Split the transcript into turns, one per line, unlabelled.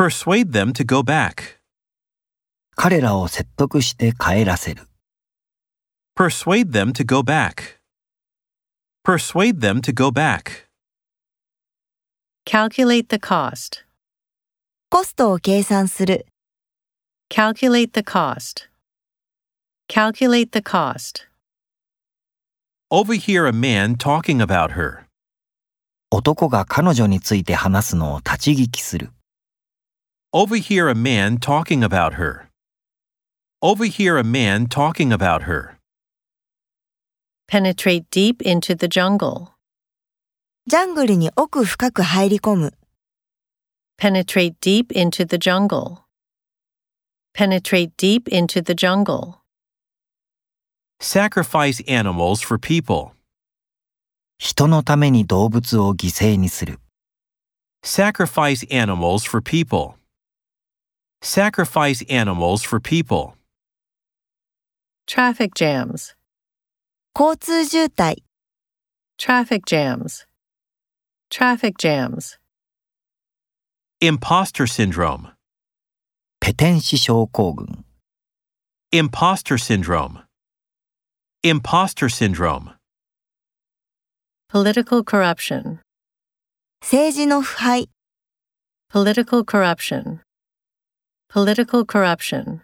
Persuade them to go back.
彼らを説得して帰らせる。
Persuade them to go back. Persuade them to go back.
Calculate the cost.
コストを計算する。
Calculate the cost. Calculate the cost.
Overhear a man talking about her.
男が彼女について話すのを立ち聞きする。
Overhear a man talking about her. Overhear a man talking about her.
Penetrate deep into the jungle.
ジャングルに奥深く入り込む。
Penetrate deep into the jungle. Penetrate deep into the jungle.
Sacrifice animals for people.
人のために動物を犠牲にする。
Sacrifice animals for people. Sacrifice animals for people.
Traffic jams.
交通渋滞。
Traffic jams. Traffic jams.
Imposter syndrome.
ペテン師症候群。
Imposter syndrome. Imposter syndrome.
Political corruption.
政治の腐敗。
Political corruption. Political corruption.